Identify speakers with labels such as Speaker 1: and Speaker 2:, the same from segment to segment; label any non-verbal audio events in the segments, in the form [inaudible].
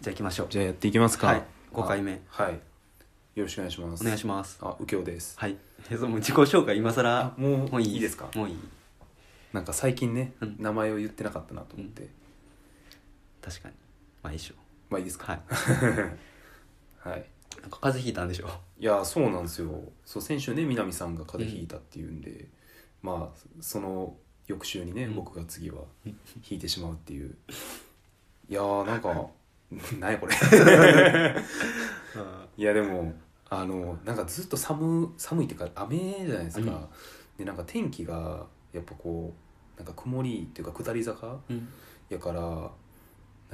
Speaker 1: じゃあ行きましょう
Speaker 2: じゃあやっていきますか。
Speaker 1: はい五回目
Speaker 2: あはい。よろしくお願いします。
Speaker 1: お願いします
Speaker 2: あ、右京です。
Speaker 1: はいえそうもう自己紹介今さ
Speaker 2: あ
Speaker 1: ら、
Speaker 2: もう
Speaker 1: もういい
Speaker 2: いいですか
Speaker 1: もういい
Speaker 2: なんか最近ね
Speaker 1: うん、
Speaker 2: 名前を言ってなかったなと思って。
Speaker 1: 確かにまあいいでしょ
Speaker 2: まあいいですか。 [laughs]
Speaker 1: はい
Speaker 2: はい。
Speaker 1: なんか風邪ひいたんでしょ
Speaker 2: いや、そうなんですよ。そう、先週ね、南さんが風邪ひいたっていうんで、まあ、その翌週にね、
Speaker 1: うん
Speaker 2: 僕が次はひいてしまうっていう。いやー、な
Speaker 1: [laughs]
Speaker 2: んか、なんやこれ。 [laughs]
Speaker 1: あ
Speaker 2: いやでもあのなんかずっと寒寒いっていうか雨じゃないですか、
Speaker 1: うん
Speaker 2: でなんか天気がやっぱこうなんか曇りっていうか下り坂
Speaker 1: うん
Speaker 2: やからなん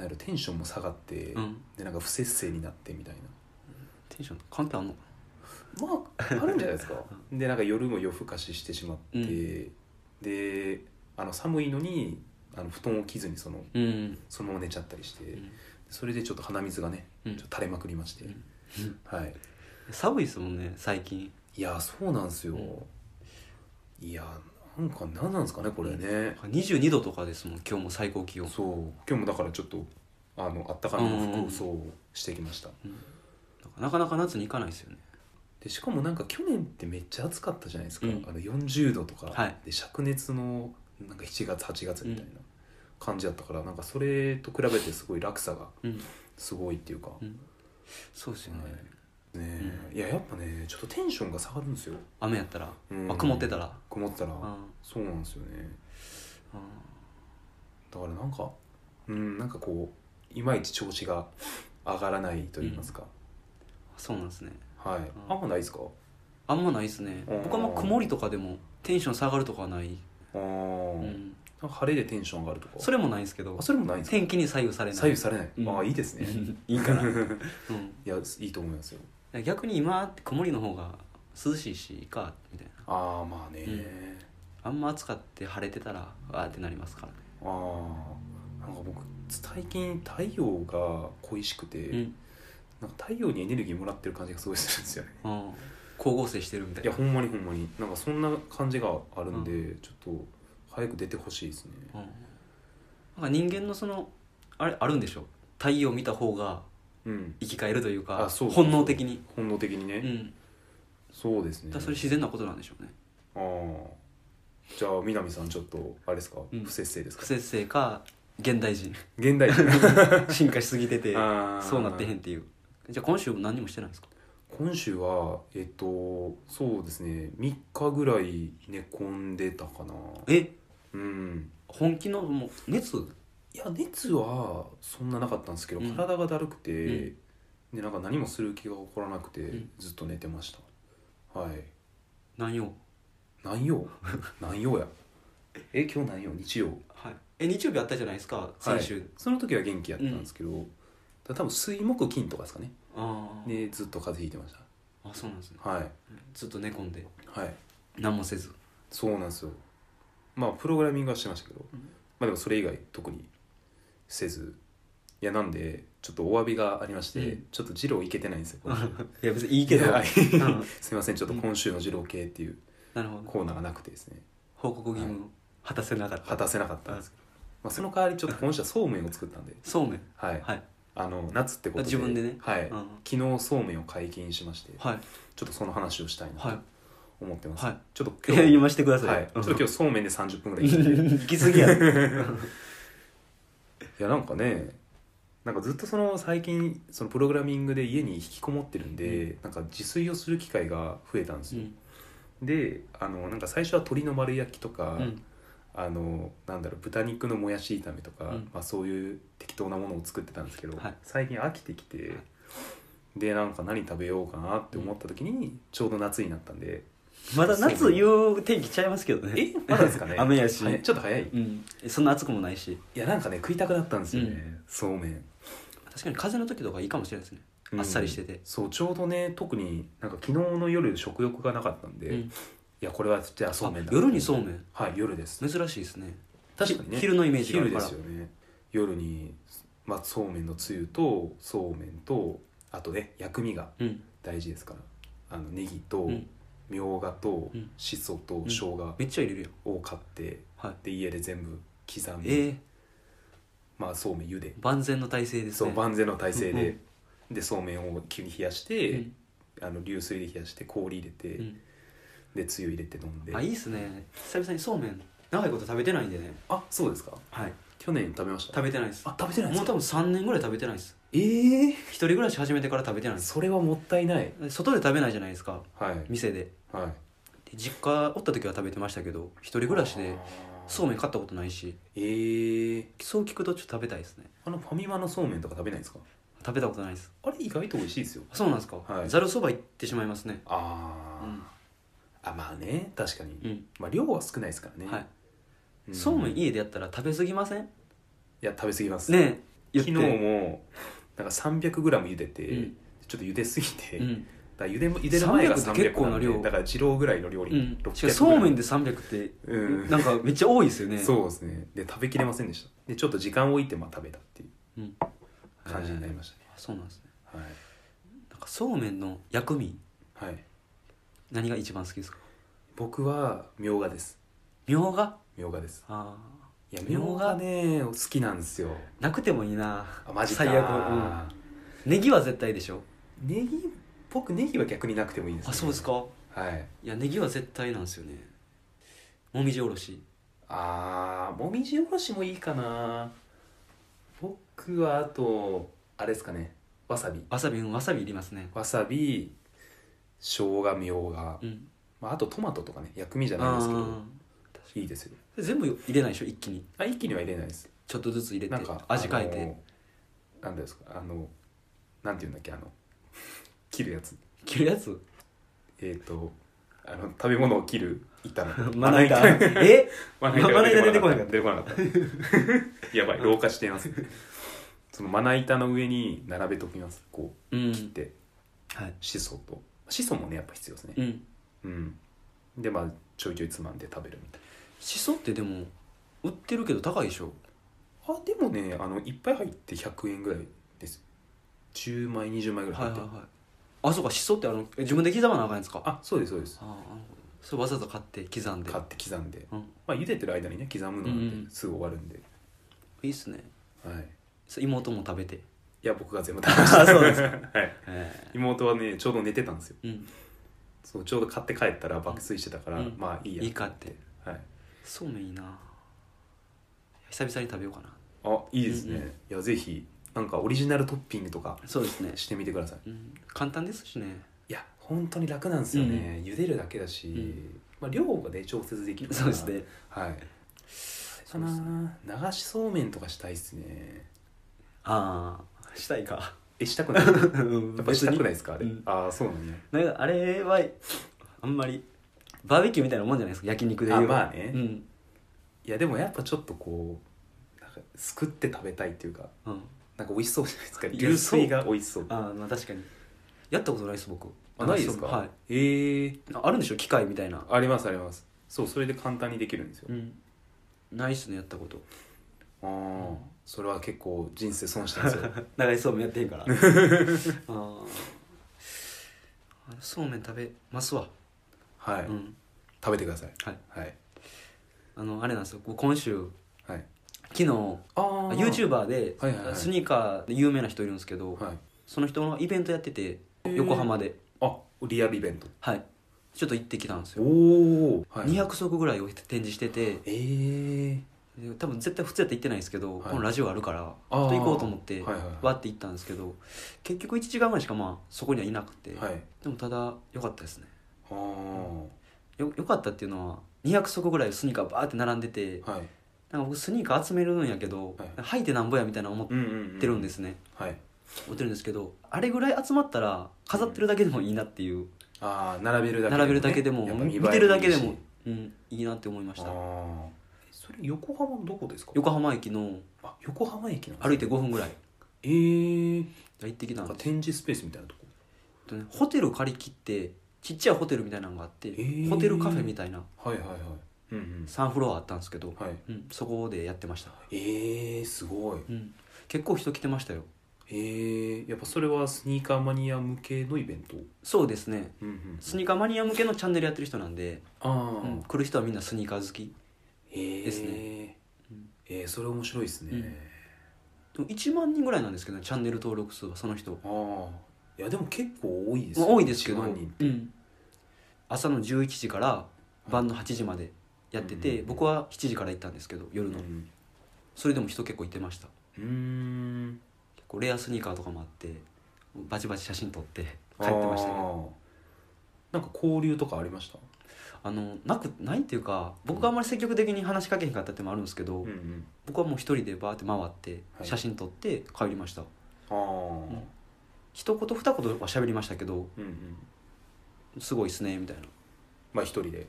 Speaker 2: やろテンションも下がって、
Speaker 1: うん
Speaker 2: でなんか不節制になってみたい
Speaker 1: テンション関係あんのか
Speaker 2: なまああるんじゃないで
Speaker 1: [laughs]
Speaker 2: すかでなんか夜も夜更かししてしまって、
Speaker 1: うん
Speaker 2: であの寒いのにあの布団を着ずにその
Speaker 1: なうん
Speaker 2: そのまま寝ちゃったりして、
Speaker 1: ん
Speaker 2: それでちょっと鼻水がね
Speaker 1: うん
Speaker 2: ちょっと垂れまくりまして、
Speaker 1: うん
Speaker 2: はい
Speaker 1: 寒いですもんね最近
Speaker 2: いやそうなんですよ、いやなんか何なんですかねこれね、
Speaker 1: 22度とかですもん今日も最高気温
Speaker 2: そう今日もだからちょっとあのあったかめ
Speaker 1: うんうんう
Speaker 2: の
Speaker 1: ん
Speaker 2: 服装をしてきました、
Speaker 1: なかなか夏に行かないですよね
Speaker 2: でしかもなんか去年ってめっちゃ暑かったじゃないですか、
Speaker 1: うん
Speaker 2: あの40度とか、
Speaker 1: はい
Speaker 2: で灼熱のなんか7月8月みたいな感じだったから、なんかそれと比べてすごい落差が
Speaker 1: うん、
Speaker 2: すごいっていうか、
Speaker 1: うん、そうですよね、
Speaker 2: はいねえいややっぱねちょっとテンションが下がるんですよ、
Speaker 1: 雨やったら、
Speaker 2: うん
Speaker 1: あ曇ってたら
Speaker 2: 曇ってたら、
Speaker 1: あー
Speaker 2: そうなんですよね
Speaker 1: あ
Speaker 2: だからなんかうんなんかこういまいち調子が上がらないと言いますか、
Speaker 1: ーそうなんですね
Speaker 2: はいあんまないですか
Speaker 1: あんまないですね
Speaker 2: うん
Speaker 1: 僕はまあ曇りとかでもテンション下がるとかはない、
Speaker 2: あー、
Speaker 1: うん
Speaker 2: なんか晴れでテンション上がるとか
Speaker 1: それもないんですけど
Speaker 2: あそれもないんですか
Speaker 1: 天気に左右されない
Speaker 2: 左右されない、
Speaker 1: うん
Speaker 2: ああい [laughs] いですね
Speaker 1: [laughs] いいかな、うん、だか
Speaker 2: いやいいと思いますよ
Speaker 1: ら逆に今曇りの方が涼しいしいいかみたいな
Speaker 2: ああまあね、
Speaker 1: うんあんま暑かって晴れてたらあーってなりますからね
Speaker 2: ああなんか僕最近太陽が恋しくて、
Speaker 1: うん
Speaker 2: なんか太陽にエネルギーもらってる感じがすごいす
Speaker 1: [laughs]
Speaker 2: るんですよね
Speaker 1: うん光合成してるみたい
Speaker 2: い
Speaker 1: な
Speaker 2: やほんまにほんまになんかそんな感じがあるんで、ちょっと早く出てほしいですね
Speaker 1: うん、なんか人間のそのあれあるんでしょ太陽見た方が
Speaker 2: うん
Speaker 1: 生き返るというか
Speaker 2: あそう
Speaker 1: 本能的に
Speaker 2: 本能的にね、
Speaker 1: うん
Speaker 2: そうです
Speaker 1: だ
Speaker 2: ね
Speaker 1: からそれ自然なことなんでしょうね
Speaker 2: ああじゃあ南さんちょっとあれですか、
Speaker 1: うん
Speaker 2: 不節制ですか
Speaker 1: 不節制か現代
Speaker 2: [laughs]
Speaker 1: 人 [laughs]
Speaker 2: 現代人
Speaker 1: 進化しすぎてて
Speaker 2: あー
Speaker 1: そうなってへんっていうじゃあ今週も何もしてないんですか
Speaker 2: 今週はえっとそうですね3日ぐらい寝込んでたかな
Speaker 1: え
Speaker 2: うん
Speaker 1: 本気のもう熱
Speaker 2: いや熱はそんななかったんですけど、
Speaker 1: うん
Speaker 2: 体がだるくて、
Speaker 1: う
Speaker 2: でなんか何もする気が起こらなくて、
Speaker 1: ん
Speaker 2: ずっと寝てましたはい
Speaker 1: 何曜
Speaker 2: 何曜何曜や [laughs] え今日何曜日曜
Speaker 1: はいえ日曜日あったじゃないですか先週、
Speaker 2: はい、その時は元気やったんですけど、た多分水木金とかですかね
Speaker 1: あー
Speaker 2: でずっと風邪ひいてまし
Speaker 1: あそうなんですね
Speaker 2: たはい
Speaker 1: ずっと寝込んで
Speaker 2: はい
Speaker 1: 何もせず
Speaker 2: そうなんですよまあプログラミングはしてましたけど、
Speaker 1: うん
Speaker 2: まあでもそれ以外特にせずいやなんでちょっとお詫びがありまして、
Speaker 1: うん
Speaker 2: ちょっと二郎いけてないん
Speaker 1: [laughs]
Speaker 2: ですよ今週
Speaker 1: いや別にいいけど、
Speaker 2: はい
Speaker 1: うん
Speaker 2: すいませんちょっと今週の二郎系っていう
Speaker 1: [laughs] なるほど
Speaker 2: コーナーがなくてですね
Speaker 1: 報告義務果たせなかった
Speaker 2: 果たせなかったんですけど、まあ、その代わりちょっと今週はそうめんを作ったんで
Speaker 1: そうめん
Speaker 2: はい、
Speaker 1: はい
Speaker 2: あの夏ってことで
Speaker 1: 自分でね
Speaker 2: はい、
Speaker 1: うん
Speaker 2: 昨日そうめんを解禁しまして
Speaker 1: はい
Speaker 2: ちょっとその話をしたいな
Speaker 1: は
Speaker 2: と思ってます、
Speaker 1: はい
Speaker 2: ちょっと
Speaker 1: いい
Speaker 2: 今
Speaker 1: や
Speaker 2: 日
Speaker 1: 今してください、
Speaker 2: はい、ちょっと今日そうめんで30分ぐらいいっちゃ
Speaker 1: [laughs]
Speaker 2: って
Speaker 1: 行き過ぎやろ、
Speaker 2: [laughs] いやなんかねなんかずっとその最近そのプログラミングで家に引きこもってるんで、なんか自炊をする機会が増えたんです
Speaker 1: う
Speaker 2: よ、
Speaker 1: ん
Speaker 2: であのなんか最初は鶏の丸焼きとか、
Speaker 1: うん
Speaker 2: あのなんだろう豚肉のもやし炒めとか、
Speaker 1: うん
Speaker 2: まあ、そういう適当なものを作ってたんですけど、
Speaker 1: はい
Speaker 2: 最近飽きてきて、でなんか何食べようかなって思った時にちょうど夏になったんで、
Speaker 1: まだ夏言う天気ちゃいますけどね
Speaker 2: えまだですかね
Speaker 1: [laughs] 雨やし、
Speaker 2: はいちょっと早い
Speaker 1: うん、そんな暑くもないし
Speaker 2: いやなんかね食いたくなったんですよね、
Speaker 1: う
Speaker 2: そうめん
Speaker 1: 確かに風邪の時とかいいかもしれないですね、
Speaker 2: うん
Speaker 1: あっさりしてて、
Speaker 2: そうちょうどね特になんか昨日の夜食欲がなかったんで、
Speaker 1: うん
Speaker 2: いやこれはじゃあそうめん
Speaker 1: あ
Speaker 2: だ
Speaker 1: 夜にそうめん
Speaker 2: はい夜です
Speaker 1: 珍しいですね
Speaker 2: 確かにね
Speaker 1: ひ昼のイメージがある
Speaker 2: 昼で
Speaker 1: から
Speaker 2: すよね夜に、まあ、そうめんのつゆとそうめんとあとね薬味が
Speaker 1: うん
Speaker 2: 大事ですからあのネギと
Speaker 1: うん
Speaker 2: みょうがと
Speaker 1: うん
Speaker 2: しそと生姜
Speaker 1: めっちゃ入れる
Speaker 2: を買って
Speaker 1: やんはい
Speaker 2: で家で全部刻ん
Speaker 1: え
Speaker 2: で、
Speaker 1: え
Speaker 2: まあそうめん茹で
Speaker 1: 万全の体制です
Speaker 2: そ
Speaker 1: ね
Speaker 2: う万全の体勢
Speaker 1: う
Speaker 2: で、でそうめんを急に冷やして、あの流水で冷やして氷入れて、
Speaker 1: うん
Speaker 2: でつゆ入れて飲ん
Speaker 1: う
Speaker 2: で
Speaker 1: ん、あいいっすね久々にそうめん長いこと食べてないんでね
Speaker 2: あそうですか
Speaker 1: はい
Speaker 2: 去年食べました
Speaker 1: 食べてないです
Speaker 2: あ食べてないで
Speaker 1: も
Speaker 2: す
Speaker 1: う
Speaker 2: か
Speaker 1: 多分3年ぐらい食べてないです
Speaker 2: えー、
Speaker 1: 一人暮らし始めてから食べてないです
Speaker 2: それはもったいない
Speaker 1: 外で食べないじゃないですか
Speaker 2: はい
Speaker 1: 店で
Speaker 2: はい
Speaker 1: で実家おった時は食べてましたけど一人暮らしで
Speaker 2: あー
Speaker 1: そうめん買ったことないし
Speaker 2: えー、
Speaker 1: そう聞くとちょっと食べたいですね
Speaker 2: あのファミマのそうめんとか食べないんですか
Speaker 1: 食べたことないです
Speaker 2: あれ意外と美味しいですよ
Speaker 1: そうなんですか
Speaker 2: はい
Speaker 1: ざる、そば行ってしまいますね
Speaker 2: あー、あまあね確かに、
Speaker 1: うん
Speaker 2: まあ量は少ないですからね、
Speaker 1: はい、
Speaker 2: うん
Speaker 1: そうめん
Speaker 2: い
Speaker 1: 家でやったら食べ過ぎません
Speaker 2: や食べ過ぎます
Speaker 1: ねえ
Speaker 2: 昨日もなんか 300g 茹でて、
Speaker 1: うん
Speaker 2: ちょっと茹ですぎて、
Speaker 1: う
Speaker 2: だか
Speaker 1: ん、
Speaker 2: ら茹で茹でる前が
Speaker 1: 300
Speaker 2: 300g なん
Speaker 1: っ
Speaker 2: で
Speaker 1: て結構な量
Speaker 2: だから二郎ぐらいの料
Speaker 1: う
Speaker 2: 理、
Speaker 1: ん、しかも
Speaker 2: 600g
Speaker 1: そうめんで300って、
Speaker 2: うん
Speaker 1: なんかめっちゃ多いですよね
Speaker 2: そうですねで食べきれませんでしたでちょっと時間置いてまあ食べたっていう
Speaker 1: うん
Speaker 2: 感じになりましたね、
Speaker 1: あそうなんですね
Speaker 2: はい
Speaker 1: なんかそうめんの薬味
Speaker 2: はい、
Speaker 1: 何が一番好きですか
Speaker 2: 僕はみょうがです
Speaker 1: みょうが
Speaker 2: みょうがです
Speaker 1: あ
Speaker 2: いや
Speaker 1: み
Speaker 2: み
Speaker 1: ょ
Speaker 2: ょう
Speaker 1: うが
Speaker 2: がね好きなんですよ
Speaker 1: ーなくてもいいな
Speaker 2: あマジか
Speaker 1: 最悪、うん、ネギは絶対でしょ
Speaker 2: ネギ僕ネギは逆になくてもいいです、ね、
Speaker 1: あそうですか
Speaker 2: はい
Speaker 1: いやネギは絶対なんですよねもみじおろし
Speaker 2: あーもみじおろしもいいかな僕はあとあれですかねわさび
Speaker 1: わさびうんわさびいりますね
Speaker 2: わさび生姜みょうが、
Speaker 1: うん
Speaker 2: まあ、あとトマトとかね薬味じゃないですけど
Speaker 1: け
Speaker 2: いいですよ
Speaker 1: 全部入れないでしょ一気に
Speaker 2: あ一気には入れないです
Speaker 1: ちょっとずつ入れ
Speaker 2: な
Speaker 1: て
Speaker 2: んか
Speaker 1: 味変え
Speaker 2: あ
Speaker 1: て
Speaker 2: のなんですかあのなんていうんだっけあの [laughs] 切るやつ
Speaker 1: 切るやつ
Speaker 2: [laughs] えっ、とあの食べ物を切る板の
Speaker 1: [laughs] まな板え
Speaker 2: [laughs] まな
Speaker 1: まな板が
Speaker 2: 板が出
Speaker 1: 出
Speaker 2: て
Speaker 1: て
Speaker 2: こ
Speaker 1: こ
Speaker 2: な
Speaker 1: な
Speaker 2: か
Speaker 1: か
Speaker 2: っ
Speaker 1: った
Speaker 2: 出てこなかった [laughs] やばい老化していますそのまな板の上に並べときますこう
Speaker 1: うん
Speaker 2: 切って
Speaker 1: はい
Speaker 2: しそとしそもねやっぱ必要ですね
Speaker 1: うん
Speaker 2: うんでまあちょいちょいつまんで食べるみたい
Speaker 1: しそってでも売ってるけど高いでしょ
Speaker 2: なあでもねあのいっぱい入って100円ぐらいです10枚20枚ぐらい
Speaker 1: はい
Speaker 2: 入っ
Speaker 1: はい
Speaker 2: てる、
Speaker 1: はいあそうかしそってあのえ自分で刻まなあかんやつかあ
Speaker 2: あそうですそうです
Speaker 1: あなるほどそれわざと買って刻んで
Speaker 2: 買って刻んで、
Speaker 1: うん
Speaker 2: まあ茹でてる間にね刻むのな
Speaker 1: うん
Speaker 2: ん
Speaker 1: う
Speaker 2: で
Speaker 1: ん
Speaker 2: すぐ終わるんで、
Speaker 1: いいっすね
Speaker 2: はい
Speaker 1: そう妹も食べて
Speaker 2: いや僕が全部食べまし
Speaker 1: あ
Speaker 2: た
Speaker 1: そうです
Speaker 2: [laughs] はい、
Speaker 1: え
Speaker 2: 妹はねちょうど寝てたんですよ
Speaker 1: えうん
Speaker 2: そうちょうど買って帰ったら爆睡してたから、
Speaker 1: うん
Speaker 2: まあいいや
Speaker 1: いいかって
Speaker 2: はい
Speaker 1: そうめんいいな久々に食べようかな
Speaker 2: あいいですね、
Speaker 1: うんうん
Speaker 2: いやぜひなんかオリジナルトッピングとか
Speaker 1: そうですね、
Speaker 2: してみてください
Speaker 1: うん、簡単ですしね
Speaker 2: いや本当に楽なんですよね、茹でるだけだし、
Speaker 1: うん
Speaker 2: まあ、量がね調節できるから
Speaker 1: [laughs] そうですね
Speaker 2: はい
Speaker 1: そ
Speaker 2: か
Speaker 1: うです
Speaker 2: な流しそうめんとかしたいですね
Speaker 1: ああしたいか
Speaker 2: えし
Speaker 1: [laughs]
Speaker 2: たくないや
Speaker 1: うん
Speaker 2: っぱしたくないですかあれ、
Speaker 1: 別にうん
Speaker 2: ああそうなんや
Speaker 1: なんかあれはあんまりバーベキューみたいなもんじゃないですか焼肉で言
Speaker 2: あ
Speaker 1: う
Speaker 2: まあね、
Speaker 1: う
Speaker 2: い
Speaker 1: ん、
Speaker 2: やでもやっぱちょっとこうなんかすくって食べたいっていうか
Speaker 1: うん、
Speaker 2: なんか美味しそうじゃないですか
Speaker 1: いや
Speaker 2: 流水が美味しそう
Speaker 1: ああまあ確かにやったことないです僕
Speaker 2: あないですか、
Speaker 1: はい
Speaker 2: ええ
Speaker 1: ああるんでしょ機械みたいな
Speaker 2: ありますありますそうそれで簡単にできるんですよ、
Speaker 1: うんないっすねやったこと
Speaker 2: ああ、それは結構人生損したんです
Speaker 1: [laughs]
Speaker 2: よ
Speaker 1: [laughs] 長いそうめんやってへんから [laughs] あーあそうめん食べますわ、
Speaker 2: はい、
Speaker 1: うん
Speaker 2: 食べてください
Speaker 1: はい
Speaker 2: はい
Speaker 1: あのあれなんですよ僕今週
Speaker 2: はい
Speaker 1: 昨日
Speaker 2: ああ
Speaker 1: YouTuber で、
Speaker 2: はいはいはい
Speaker 1: スニーカーで有名な人いるんですけど、
Speaker 2: はい
Speaker 1: その人のイベントやってて
Speaker 2: ー
Speaker 1: 横浜で
Speaker 2: あリアルイベント
Speaker 1: はいちょっと行ってきたんですよ、
Speaker 2: おお、はい、
Speaker 1: 200足ぐらいを展示してて
Speaker 2: ええ
Speaker 1: で多分絶対普通やったら行ってないんですけど、
Speaker 2: はい
Speaker 1: このラジオあるからち
Speaker 2: あー
Speaker 1: ょっと行こうと思って、
Speaker 2: はいはいはい
Speaker 1: わって行ったんですけど結局1時間ぐらいしかまあそこにはいなくて、
Speaker 2: はい
Speaker 1: でもただ良かったですね
Speaker 2: ああ
Speaker 1: よ良かったっていうのは200足ぐらいスニーカーバーって並んでて
Speaker 2: はい
Speaker 1: なんか僕スニーカー集めるんやけど、
Speaker 2: は
Speaker 1: 履
Speaker 2: い
Speaker 1: いてなんぼやみたいな思っ
Speaker 2: うんうん、うん、
Speaker 1: てるんですね、
Speaker 2: はい
Speaker 1: 思ってるんですけどあれぐらい集まったら飾ってるだけでもいいなっていう、
Speaker 2: ああ並べるだけ
Speaker 1: 並べるだけでも
Speaker 2: やっぱ見栄え
Speaker 1: 見てるだけで
Speaker 2: い
Speaker 1: も
Speaker 2: いし
Speaker 1: うん、いいなって思いました
Speaker 2: ああそれ横浜のどこですか
Speaker 1: 横浜駅の
Speaker 2: あ横浜駅なんですね
Speaker 1: 歩いて5分ぐらい
Speaker 2: ええ
Speaker 1: 行ってきた
Speaker 2: なんんか
Speaker 1: です
Speaker 2: 展示スペースみたいなとこ
Speaker 1: えっとねホテル借り切ってちっちゃいホテルみたいなのがあって、
Speaker 2: ー
Speaker 1: ホテルカフェみたいな
Speaker 2: はいはいはいうんうん
Speaker 1: 3フロアあったんですけど、
Speaker 2: はい
Speaker 1: うん、そこでやってました、
Speaker 2: ええすごい
Speaker 1: うん、結構人来てましたよ
Speaker 2: えー、やっぱそれはスニーカーマニア向けのイベント、
Speaker 1: そうですね
Speaker 2: うんうん
Speaker 1: スニーカーマニア向けのチャンネルやってる人なんで、
Speaker 2: ああ、
Speaker 1: うん、来る人はみんなスニーカー好き
Speaker 2: えー、
Speaker 1: ですね
Speaker 2: えー、それ面白いですね、
Speaker 1: うんでも1万人ぐらいなんですけど、ね、チャンネル登録数はその人
Speaker 2: ああいやでも結構多いです
Speaker 1: まあ多いですけ
Speaker 2: 1
Speaker 1: ど、
Speaker 2: 万人
Speaker 1: うん朝の11時から晩の8時までやってて、
Speaker 2: うん
Speaker 1: 僕は7時から行ったんですけど夜
Speaker 2: う
Speaker 1: の、
Speaker 2: ん
Speaker 1: それでも人結構いてました
Speaker 2: うーん
Speaker 1: 結構レアスニーカーとかもあってバチバチ写真撮って帰ってましたけ
Speaker 2: あ
Speaker 1: ど
Speaker 2: ーなんか交流とかありました
Speaker 1: あのなくないっていうか僕があんまり積極的に話しかけへんかったってのもあるんですけど、
Speaker 2: うんうん
Speaker 1: 僕はもう一人でバーって回って
Speaker 2: はい
Speaker 1: 写真撮って帰りました、
Speaker 2: ああ
Speaker 1: うん一言二言は喋りましたけど
Speaker 2: うんうん
Speaker 1: すごいっすねみたいな
Speaker 2: まあ一人で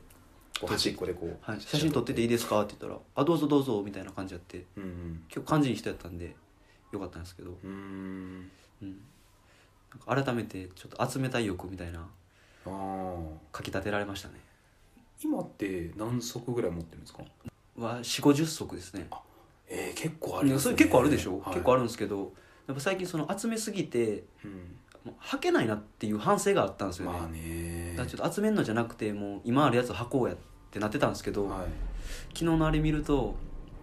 Speaker 2: こう端っこでこう、
Speaker 1: はい、写真撮ってていいですかって言ったら「あどうぞどうぞ」みたいな感じやって
Speaker 2: うんうん
Speaker 1: 結構感じいい人やったんでよかったんですけど、
Speaker 2: うーん
Speaker 1: うん、なんか改めてちょっと集めたい欲みたいな
Speaker 2: ああ
Speaker 1: かきたてられましたね
Speaker 2: 今って何足ぐらい持ってるんですか
Speaker 1: は4 5 0足ですね
Speaker 2: えー、結構あ
Speaker 1: あ
Speaker 2: ります、ね、
Speaker 1: それ結構あるでしょ、
Speaker 2: はい
Speaker 1: 結構あるんですけどやっぱ最近その集めすぎて
Speaker 2: うん
Speaker 1: もう履けないなっていう反省があったんですよね、
Speaker 2: まあね
Speaker 1: だからちょっと集めるのじゃなくてもう今あるやつを履こうやってなってたんですけど、
Speaker 2: はい、
Speaker 1: 昨日のあれ見ると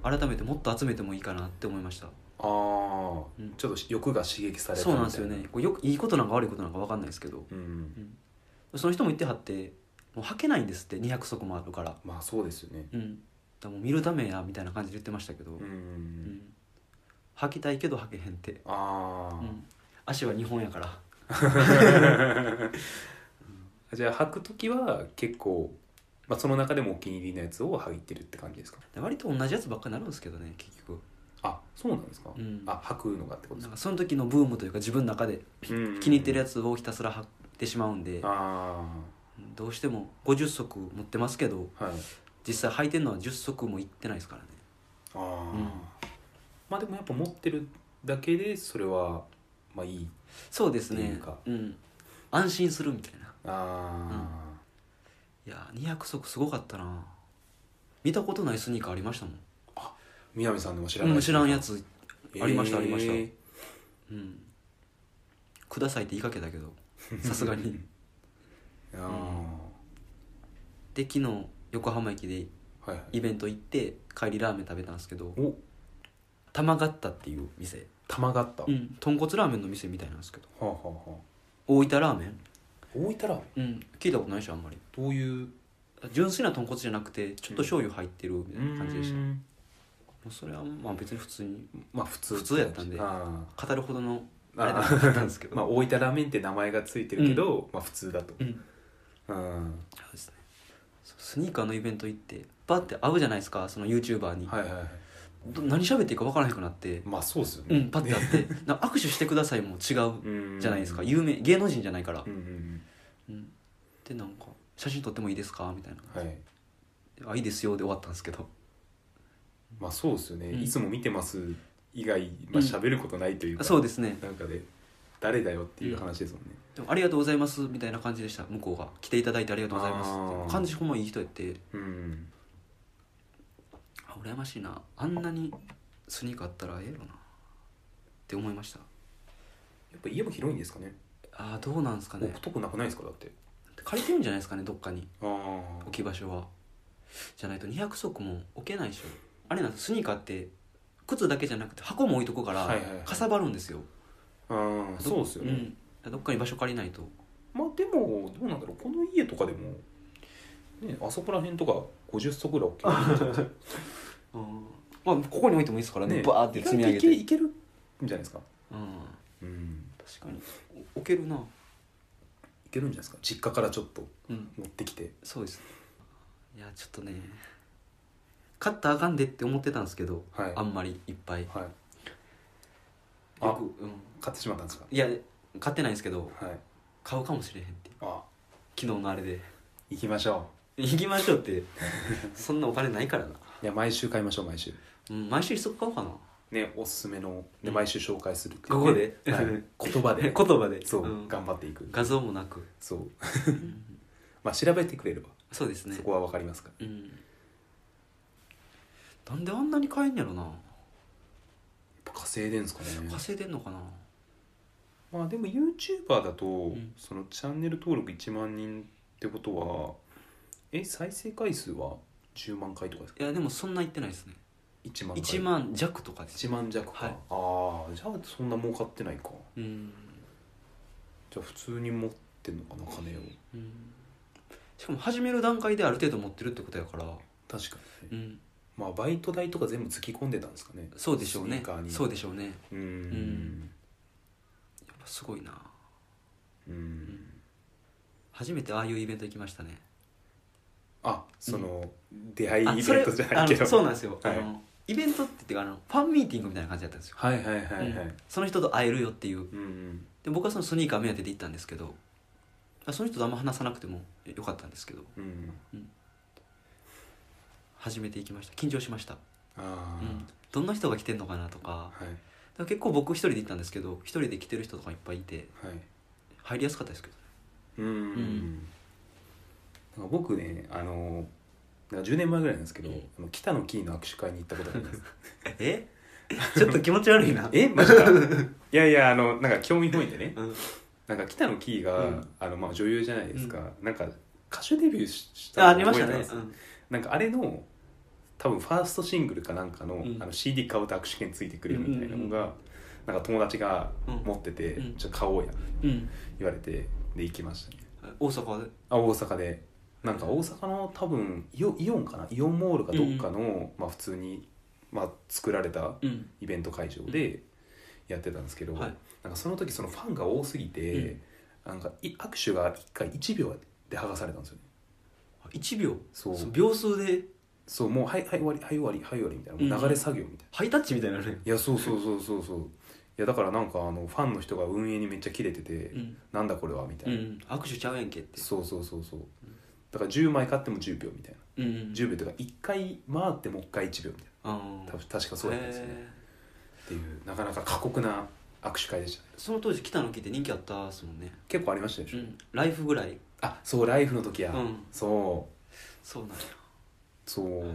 Speaker 1: 改めてもっと集めてもいいかなって思いました
Speaker 2: ああ、
Speaker 1: うん
Speaker 2: ちょっと欲が刺激された
Speaker 1: そうなんですよねこうよくいいことなんか悪いことなんか分かんないですけど
Speaker 2: うん
Speaker 1: その人も言ってはってもう履けないんですって200足もあるから
Speaker 2: まあそうですよね
Speaker 1: うんだからもう見るためやみたいな感じで言ってましたけど、
Speaker 2: うん、
Speaker 1: うん履きたいけど履けへんって、
Speaker 2: ああ
Speaker 1: う、ん、足は日本やから
Speaker 2: じゃあ履く時は結構、まあ、その中でもお気に入りのやつを履いてるって感じですか
Speaker 1: で割と同じやつばっかりになるんですけどね結局、
Speaker 2: あそうなんですか、
Speaker 1: うん、
Speaker 2: あ履くのがってことで
Speaker 1: なんか
Speaker 2: すか
Speaker 1: その時のブームというか自分の中で
Speaker 2: 気に
Speaker 1: 気に入ってるやつをひたすら履ってしまうんで、
Speaker 2: あ
Speaker 1: どうしても50足持ってますけど
Speaker 2: あはい
Speaker 1: 実際履いてるのは10足もいってないですからね
Speaker 2: ああ、
Speaker 1: うん
Speaker 2: まあでもやっぱ持ってるだけでそれはまあいい
Speaker 1: そうです
Speaker 2: ってい
Speaker 1: ね
Speaker 2: うか
Speaker 1: うん安心するみたいな
Speaker 2: あ
Speaker 1: いやー200足すごかったな見たことないスニーカーありましたもん
Speaker 2: あ、南さんでも知ら
Speaker 1: う
Speaker 2: ない
Speaker 1: ん知らんやつありましたありました
Speaker 2: えー
Speaker 1: うんくださいって言いかけたけ
Speaker 2: [laughs]
Speaker 1: どさすがに
Speaker 2: あー
Speaker 1: で昨日横浜駅で
Speaker 2: はいはい
Speaker 1: イベント行って帰りラーメン食べたんですけど
Speaker 2: お
Speaker 1: 玉がったっていう店
Speaker 2: 玉がった、
Speaker 1: う
Speaker 2: は
Speaker 1: ん豚骨ラーメンの店みたいなんですけど
Speaker 2: あはあは
Speaker 1: 大分ラーメン
Speaker 2: あ大分ラーメ
Speaker 1: うん聞いたことないでしょあんまり
Speaker 2: ンどういう
Speaker 1: 純粋な豚骨じゃなくてちょっと醤油入ってるみたいな感じでした、も
Speaker 2: うん
Speaker 1: うそれはまあ別に普通に
Speaker 2: まあ普通
Speaker 1: 普通やったんで
Speaker 2: あー
Speaker 1: 語るほどのあれで
Speaker 2: あ
Speaker 1: はな
Speaker 2: [laughs] ー
Speaker 1: かったんですけど
Speaker 2: まあ大分ラーメンって名前がついてるけど、まあ普通だと
Speaker 1: うん
Speaker 2: うん
Speaker 1: そうですねそうスニーカーのイベント行ってバッて会うじゃないですかその YouTuber に、
Speaker 2: はいはいはい
Speaker 1: ど何喋っていいか分からなくなって、
Speaker 2: まあそうですよ
Speaker 1: う
Speaker 2: ね
Speaker 1: ん、パッて会って
Speaker 2: [laughs]
Speaker 1: 「なんか握手してください」も違う
Speaker 2: うん
Speaker 1: じゃないですか
Speaker 2: うん
Speaker 1: 有名芸能人じゃないから
Speaker 2: う、ん
Speaker 1: うん、でなんか「写真撮ってもいいですか?」みたいな
Speaker 2: うんはい
Speaker 1: 「あいいですよ」で終わったんですけど
Speaker 2: まあそうですよね、
Speaker 1: うん
Speaker 2: いつも見てます以外まあ喋ることないというか、
Speaker 1: そうですね
Speaker 2: なんかで誰だよっていう話ですもんね、
Speaker 1: でもありがとうございますみたいな感じでした向こうが来ていただいてありがとうございます
Speaker 2: あー
Speaker 1: 感じほんまいい人やって
Speaker 2: うん、
Speaker 1: あ羨ましいなあんなにスニーカーあったらええやろなって思いました
Speaker 2: やっぱ家も広いんですかね
Speaker 1: ああどうなんですかね
Speaker 2: 置くとこなくないですかだって
Speaker 1: 借りてるんじゃないですかねどっかに
Speaker 2: ああ
Speaker 1: 置き場所はじゃないと200足も置けないでしょあれなんですスニーカーって靴だけじゃなくて箱も置いとこから
Speaker 2: はいはいはい
Speaker 1: かさばるんですよ、
Speaker 2: ああそうですよね、
Speaker 1: ん、だからどっかに場所借りないと
Speaker 2: まあでもどうなんだろうこの家とかでもねあそこら辺とか50足ぐらい大きいんじゃないですか
Speaker 1: まあここに置いてもいいですからね
Speaker 2: ね
Speaker 1: バーって積み上げて、
Speaker 2: 意外といけいけるんじゃないですか
Speaker 1: うん、
Speaker 2: うん
Speaker 1: 確かにお置けるな、
Speaker 2: いけるんじゃないですか実家からちょっと
Speaker 1: うん、
Speaker 2: 持ってきて
Speaker 1: そうですいやちょっとね買ったらあかんでって思ってたんですけど
Speaker 2: はい
Speaker 1: あんまりいっぱいよ
Speaker 2: はい
Speaker 1: く、
Speaker 2: あ
Speaker 1: うん、
Speaker 2: 買ってしまったんですか
Speaker 1: いや買ってないんですけど
Speaker 2: はい
Speaker 1: 買うかもしれへんって
Speaker 2: あ
Speaker 1: 昨日のあれで [laughs]
Speaker 2: 行きましょ
Speaker 1: 行きましょうって
Speaker 2: [laughs]
Speaker 1: そんなお金ないからな、
Speaker 2: ういや毎週買いましょう毎週
Speaker 1: うん、毎週一足買おうかな
Speaker 2: ねおすすめので
Speaker 1: うん
Speaker 2: 毎週紹介するっていう
Speaker 1: ここで
Speaker 2: はい [laughs] 言葉 [laughs]
Speaker 1: 言
Speaker 2: で
Speaker 1: 葉で
Speaker 2: そう、
Speaker 1: ん
Speaker 2: 頑張っていく
Speaker 1: 画像もなく、
Speaker 2: そう
Speaker 1: うん
Speaker 2: まあ調べてくれれば
Speaker 1: そうですね
Speaker 2: そこはわかりますから
Speaker 1: うんなんであんなに買えんやろな
Speaker 2: やっぱ稼いでんすかね
Speaker 1: 稼いでんのかな
Speaker 2: まあでも YouTuber だと、
Speaker 1: ん
Speaker 2: そのチャンネル登録1万人ってことはえ再生回数は10万回とかですか
Speaker 1: いやでもそんな言ってないですね
Speaker 2: 1万
Speaker 1: 1万弱とかです
Speaker 2: 1万弱か、
Speaker 1: はい
Speaker 2: ああじゃあそんな儲かってないか
Speaker 1: うん
Speaker 2: じゃあ普通に持ってんのかな金を
Speaker 1: うんしかも始める段階である程度持ってるってことやから、
Speaker 2: 確かに、
Speaker 1: う
Speaker 2: ね
Speaker 1: ん、
Speaker 2: まあバイト代とか全部突き込んでたんですかね
Speaker 1: そうでしょう
Speaker 2: スニ
Speaker 1: ね
Speaker 2: ーカーに
Speaker 1: そうでしょうね
Speaker 2: うーん
Speaker 1: んやっぱすごいな
Speaker 2: うん
Speaker 1: 初めてああいうイベント行きましたね
Speaker 2: あその、出会い
Speaker 1: あ
Speaker 2: イ
Speaker 1: そ
Speaker 2: ベ
Speaker 1: れ
Speaker 2: ントじゃないけ
Speaker 1: あ
Speaker 2: ど
Speaker 1: のそうなんですよ、
Speaker 2: はい
Speaker 1: あのイベントっていうかあのファンミーティングみたいな感じだったんですよ
Speaker 2: はいはいはいは
Speaker 1: う
Speaker 2: い
Speaker 1: んその人と会えるよっていう
Speaker 2: うん、うん、
Speaker 1: で僕はそのスニーカー目当てで行ったんですけどあその人とあんま話さなくてもよかったんですけど
Speaker 2: うん、
Speaker 1: 初めて行きました緊張しました、
Speaker 2: ああ、
Speaker 1: うん、どんな人が来てんのかなとか
Speaker 2: はい
Speaker 1: だから結構僕一人で行ったんですけど一人で来てる人とかいっぱいいて
Speaker 2: はい
Speaker 1: 入りやすかったですけど
Speaker 2: うーん、
Speaker 1: ん
Speaker 2: なんか僕ねあのなんか10年前ぐらいなんですけど、
Speaker 1: うん
Speaker 2: あの北のキーの握手会に行ったことあります
Speaker 1: え [laughs] ちょっと気持ち悪いな
Speaker 2: えマジかいや [laughs] いやあのなんか興味本位でね
Speaker 1: うん
Speaker 2: なんか北野キーが、
Speaker 1: うん
Speaker 2: あのまあ女優じゃないですか、なんか歌手デビューしした
Speaker 1: ああ
Speaker 2: の
Speaker 1: りました
Speaker 2: 覚えて
Speaker 1: ね
Speaker 2: すなんかあれの多分ファーストシングルかなんかの,、
Speaker 1: うん
Speaker 2: あの CD 買うと握手券ついてくれるみたいなのが、なんか友達が持ってて「
Speaker 1: うん
Speaker 2: じゃあ買おうや」
Speaker 1: うん、うん、
Speaker 2: 言われてで行きましたね
Speaker 1: 大阪で
Speaker 2: あ大阪でなんか大阪の多分イオイオンかなイオンモールかどっかの、まあ普通に、まあ、作られた
Speaker 1: うん
Speaker 2: イベント会場でやってたんですけど、
Speaker 1: はい
Speaker 2: なんかその時そのファンが多すぎて、なんかい握手が1回1秒で剥がされたんですよね
Speaker 1: 1秒
Speaker 2: そう
Speaker 1: そう秒数で
Speaker 2: そうもう「はいはい終わりはい終わりはい終わり」みたいなもう流れ作業みたいな、
Speaker 1: ハイタッチみたいなね、
Speaker 2: いやそうそうそうそうそういやだからなんかあのファンの人が運営にめっちゃキレてて「
Speaker 1: うん
Speaker 2: なんだこれは」みた
Speaker 1: う
Speaker 2: い
Speaker 1: ん
Speaker 2: な、
Speaker 1: 握手ちゃうやんけって
Speaker 2: そうそうそうそうだから10枚買っても10秒みたいな
Speaker 1: うんうん
Speaker 2: 10秒とか1回回ってもう1回1秒みたい
Speaker 1: あ
Speaker 2: な
Speaker 1: あ
Speaker 2: 多分確かそうだったんですよね
Speaker 1: へ
Speaker 2: っていうなかなか過酷な握手会でしたね
Speaker 1: ーその当時北の木って人気あったっすもんね
Speaker 2: 結構ありましたでし
Speaker 1: う
Speaker 2: ょ、
Speaker 1: んライフぐらい
Speaker 2: あそうライフの時や、
Speaker 1: うん
Speaker 2: そう
Speaker 1: そうなんや
Speaker 2: そう、
Speaker 1: へ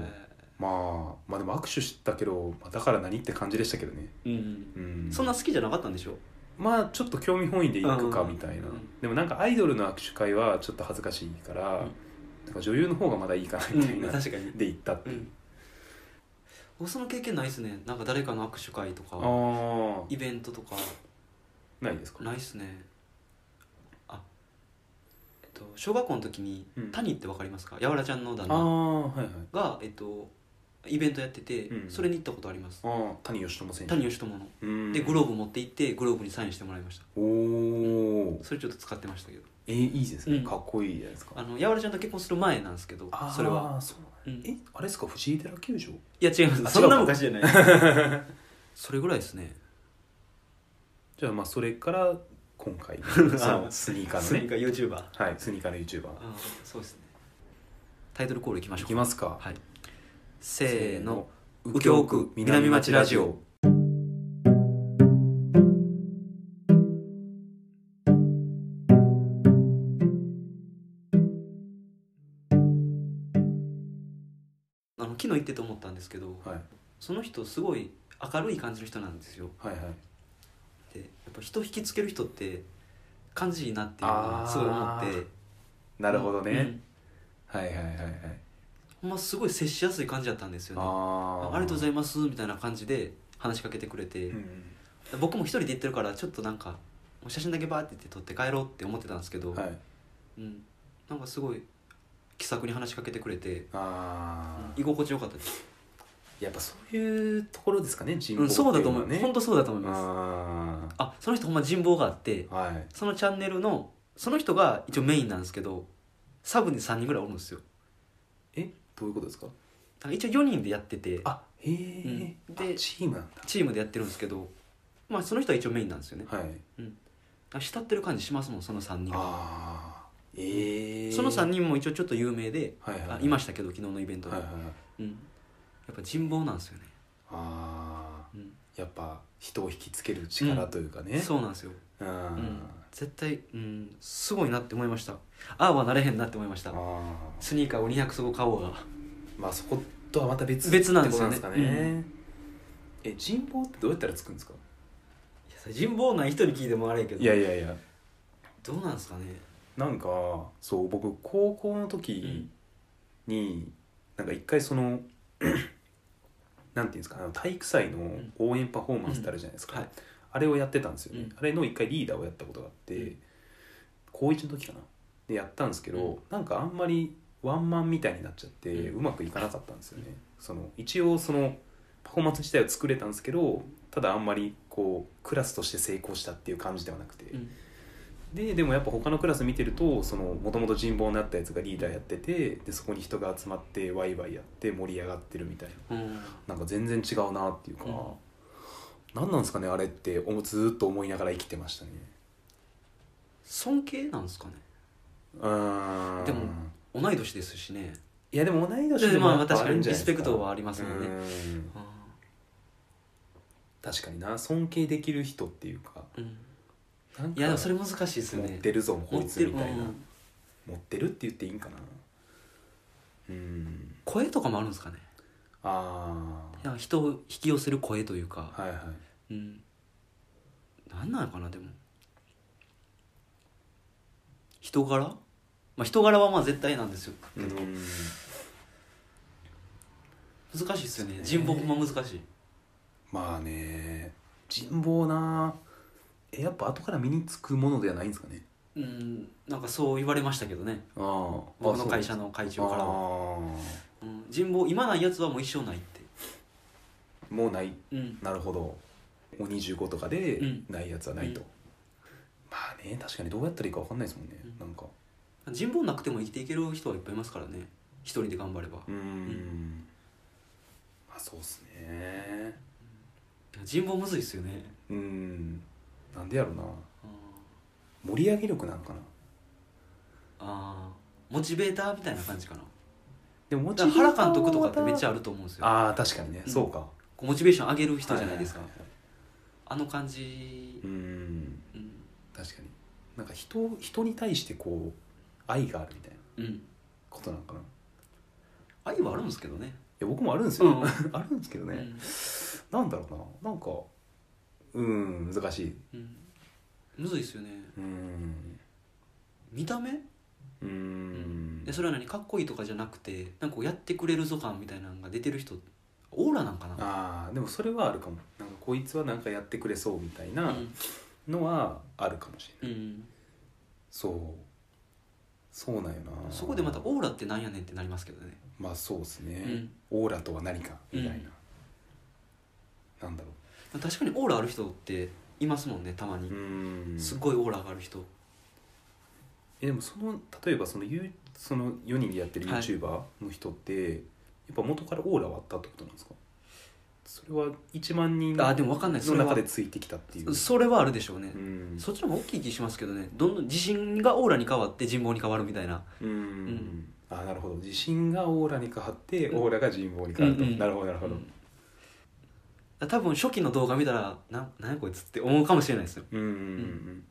Speaker 2: まあまあでも握手したけど、まあ、だから何って感じでしたけどね
Speaker 1: ーうん
Speaker 2: うん
Speaker 1: そんな好きじゃなかったんでしょ
Speaker 2: まあちょっと興味本位で行くか
Speaker 1: うん
Speaker 2: みたいな、
Speaker 1: うん
Speaker 2: でもなんかアイドルの握手会はちょっと恥ずかしいから、
Speaker 1: うん
Speaker 2: なんか女優の方がまだいいかなみたいな、
Speaker 1: [laughs] 確かに
Speaker 2: で行ったって
Speaker 1: う
Speaker 2: いう、
Speaker 1: ん僕その経験ないっすねなんか誰かの握手会とか
Speaker 2: あ
Speaker 1: イベントとか
Speaker 2: あないですか
Speaker 1: ないっすねあえっと小学校の時に
Speaker 2: うん
Speaker 1: 谷ってわかりますかやわらちゃんの旦
Speaker 2: あ
Speaker 1: 那
Speaker 2: あはいはい
Speaker 1: がえっとイベントやってて
Speaker 2: うん
Speaker 1: それに行ったことあります
Speaker 2: ああ谷義友選手
Speaker 1: 谷義友の
Speaker 2: うん
Speaker 1: でグローブ持って行ってグローブにサインしてもらいました
Speaker 2: おお
Speaker 1: それちょっと使ってましたけど
Speaker 2: えー、いいですね、
Speaker 1: うん
Speaker 2: かっこいいじゃないですか
Speaker 1: あのやわらちゃんと結婚する前なんですけど
Speaker 2: あー
Speaker 1: それは
Speaker 2: そう
Speaker 1: うん
Speaker 2: えあれですか藤井寺球場
Speaker 1: いや違います
Speaker 2: あ
Speaker 1: そんな
Speaker 2: 違うか
Speaker 1: 昔じゃない [laughs] それぐらいですね
Speaker 2: じゃあまあそれから今回 [laughs] そのスニーカーのね
Speaker 1: カー YouTuber
Speaker 2: はいスニーカーの YouTuber
Speaker 1: あそうですねタイトルコールいきまし
Speaker 2: い
Speaker 1: ょう
Speaker 2: きますか
Speaker 1: はいせーの右
Speaker 2: 京
Speaker 1: 京区南町ラジオあの昨日言ってて思ったんですけど
Speaker 2: はい
Speaker 1: その人すごい明るい感じの人なんですよ
Speaker 2: はいはい
Speaker 1: でやっぱ人引きつける人って感じいいなっていうのがすごい思って
Speaker 2: なるほどね、
Speaker 1: うん
Speaker 2: はいはいはいはい
Speaker 1: ほんますごい接しやすい感じだったんですよねあ
Speaker 2: あ
Speaker 1: ありがとうござ
Speaker 2: い
Speaker 1: いますみたいな感じで話しかけてくれて、僕も一人で行ってるからちょっとなんかもう写真だけバーって言って撮って帰ろうって思ってたんですけど、
Speaker 2: はい
Speaker 1: うん、なんかすごい気さくに話しかけてくれて
Speaker 2: あ
Speaker 1: 居心地よかったです、
Speaker 2: ーやっぱそういうところですかね人望
Speaker 1: うん、そうだと思
Speaker 2: っ
Speaker 1: う
Speaker 2: ていの
Speaker 1: 本
Speaker 2: はね
Speaker 1: 当そうだと思います
Speaker 2: あ
Speaker 1: あその人ほんま人望があって
Speaker 2: ーはい
Speaker 1: そのチャンネルのその人が一応メインなんですけどサブに3人ぐらいおるんですよ
Speaker 2: えどういうことですか
Speaker 1: なんか一応4人でやってて
Speaker 2: あへえ、
Speaker 1: うん
Speaker 2: で
Speaker 1: で
Speaker 2: チームなんだ
Speaker 1: チームでやってるんですけどまあその人は一応メインなんですよね
Speaker 2: はい
Speaker 1: あ慕ってる感じしますもんその3人が
Speaker 2: ああええ
Speaker 1: その3人も一応ちょっと有名で
Speaker 2: はいはい
Speaker 1: あ
Speaker 2: はい
Speaker 1: ましたけど昨日のイベントで、
Speaker 2: はいはいはい
Speaker 1: うん、やっぱ人望なんですよね、
Speaker 2: あ
Speaker 1: うん
Speaker 2: ーやっぱ人を引きつける力というかね、
Speaker 1: そうなんですよ
Speaker 2: うん
Speaker 1: ん絶対、うん、すごいなって思いましたああはなれへんなって思いました
Speaker 2: あー
Speaker 1: スニーカーを200足買おうが
Speaker 2: まあそことはまた別
Speaker 1: 別なんですよ
Speaker 2: っ
Speaker 1: ね
Speaker 2: てことなんですかね、え人望ってどうやったらつくんですか
Speaker 1: 人望ない人に聞いてもあれやけど
Speaker 2: いやいやいや
Speaker 1: どうなんですかね
Speaker 2: なんかそう僕高 [clears throat] 校の時に、なんか一回そのなんていうんですかあの体育祭の応援パフォーマンスってあるじゃないですか、
Speaker 1: うんはい
Speaker 2: あれをやってたんですよね、
Speaker 1: うん
Speaker 2: あれの一回リーダーをやったことがあって、
Speaker 1: うん
Speaker 2: 高1の時かなでやったんですけど、
Speaker 1: うん
Speaker 2: なんかあんまりワンマンみたいになっちゃって、う
Speaker 1: うん
Speaker 2: まくいかなかったんですよねその一応そのパフォーマンス自体は作れたんですけどただあんまりこうクラスとして成功したっていう感じではなくて、
Speaker 1: うん
Speaker 2: ででもやっぱ他のクラス見てるとそのもともと人望になったやつがリーダーやっててでそこに人が集まってワイワイやって盛り上がってるみたい
Speaker 1: うん
Speaker 2: ななんか全然違うなっていうか、何なんですかねあれっておもずーっと思いながら生きてましたね
Speaker 1: 尊敬なんですかね
Speaker 2: うーん
Speaker 1: でも同い年ですしね
Speaker 2: いやでも同い年
Speaker 1: でまあ
Speaker 2: やっぱるんじ
Speaker 1: 確
Speaker 2: ゃないです
Speaker 1: かにリスペクトはありますよね
Speaker 2: うーん
Speaker 1: あ
Speaker 2: 確かにな尊敬できる人っていうか
Speaker 1: ーうん
Speaker 2: なんか
Speaker 1: いやでもそれ難しいですよ
Speaker 2: 持っ
Speaker 1: ね
Speaker 2: てるぞこいつみ
Speaker 1: 持ったて
Speaker 2: い
Speaker 1: る
Speaker 2: な、
Speaker 1: うん
Speaker 2: 持ってるって言っていいんかなうん
Speaker 1: 声とかもあるんですかね
Speaker 2: あ
Speaker 1: なんか人を引き寄せる声というか、
Speaker 2: あはいはい
Speaker 1: うんなんなのかなでも人柄まあ人柄はまあ絶対なんですよけど、
Speaker 2: うん
Speaker 1: 難しいですよね
Speaker 2: ね
Speaker 1: 人望ほんま難しい
Speaker 2: まあね人望なえやっぱ後から身につくものではないんですかね
Speaker 1: うんなんかそう言われましたけどね
Speaker 2: ああ
Speaker 1: 僕の会社の会長からは、うん、人望今ないやつはもう一生ないって
Speaker 2: もうない
Speaker 1: うん
Speaker 2: なるほどもう25とかで
Speaker 1: うん
Speaker 2: ないやつはないと、
Speaker 1: うん
Speaker 2: まあね確かにどうやったらいいか分かんないですもんね、
Speaker 1: うん
Speaker 2: なんか
Speaker 1: 人望なくても生きていける人はいっぱいいますからね一人で頑張れば
Speaker 2: うーん、、
Speaker 1: うん
Speaker 2: まあそうっすね
Speaker 1: 人望むずいっすよね、
Speaker 2: うんなんでやろうな
Speaker 1: うん、
Speaker 2: 盛り上げ力なんかな
Speaker 1: あーモチベーターみたいな感じかな
Speaker 2: でもも
Speaker 1: だから原監督とかってめっちゃあ
Speaker 2: る
Speaker 1: ると思うんですよ
Speaker 2: ああ確かにね、
Speaker 1: うん
Speaker 2: そうか
Speaker 1: こうモチベーション上げる人じゃないですか、
Speaker 2: はははは
Speaker 1: あの感じ
Speaker 2: う、ん
Speaker 1: うん
Speaker 2: 確かになんか人人に対してこう愛があるみたいな
Speaker 1: うん、
Speaker 2: ことなのかない
Speaker 1: 愛はあるんですけどね、
Speaker 2: や僕もあるんですよ、
Speaker 1: うん [laughs]
Speaker 2: [laughs] あるんですけど
Speaker 1: う
Speaker 2: ね、
Speaker 1: ん
Speaker 2: なんだろうななんかうん難しい
Speaker 1: うん、むずいっすよね
Speaker 2: うん
Speaker 1: 見た目
Speaker 2: うーん
Speaker 1: でそれは何かっこいいとかじゃなくてなんかこうやってくれるぞ感みたいなのが出てる人オーラなんかな
Speaker 2: ああでもそれはあるかもなんかこいつはなんかやってくれそうみたいな
Speaker 1: うん
Speaker 2: のはあるかもしれない、
Speaker 1: うん、
Speaker 2: そうそうなんよな
Speaker 1: そこでまたオーラってなんやねんってなりますけどね
Speaker 2: まあそうですね、
Speaker 1: うん
Speaker 2: オーラとは何かみたいな、なんだろ
Speaker 1: 確かにオーラある人っていますもんねたま
Speaker 2: う
Speaker 1: に
Speaker 2: う、ーん
Speaker 1: すっごいオーラがある人
Speaker 2: えでもその例えばそのユーその4人でやってる
Speaker 1: はい
Speaker 2: YouTuber の人って、やっぱ元からオーラはあったってことなんですかそれは1万人
Speaker 1: あ
Speaker 2: の
Speaker 1: でも分かんないそれ
Speaker 2: 中
Speaker 1: は
Speaker 2: でついてきたっていう
Speaker 1: それはあるでしょうね
Speaker 2: う、ん
Speaker 1: そっちの方が大きい気しますけどねどんどん自信がオーラに変わって人望に変わるみたいな
Speaker 2: うん
Speaker 1: ん
Speaker 2: あなるほど自信がオーラに変わって
Speaker 1: うん
Speaker 2: オーラが人望に変わると、
Speaker 1: うんうん
Speaker 2: なるほどなるほど
Speaker 1: うん多分初期の動画見たら「な何やこいつ」って思うかもしれないですよ
Speaker 2: うん、うんうん、